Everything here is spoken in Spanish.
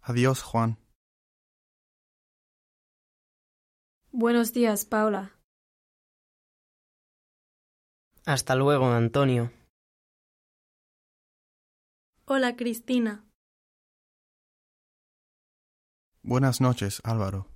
Adiós, Juan. Buenos días, Paula. Hasta luego, Antonio. Hola, Cristina. Buenas noches, Álvaro.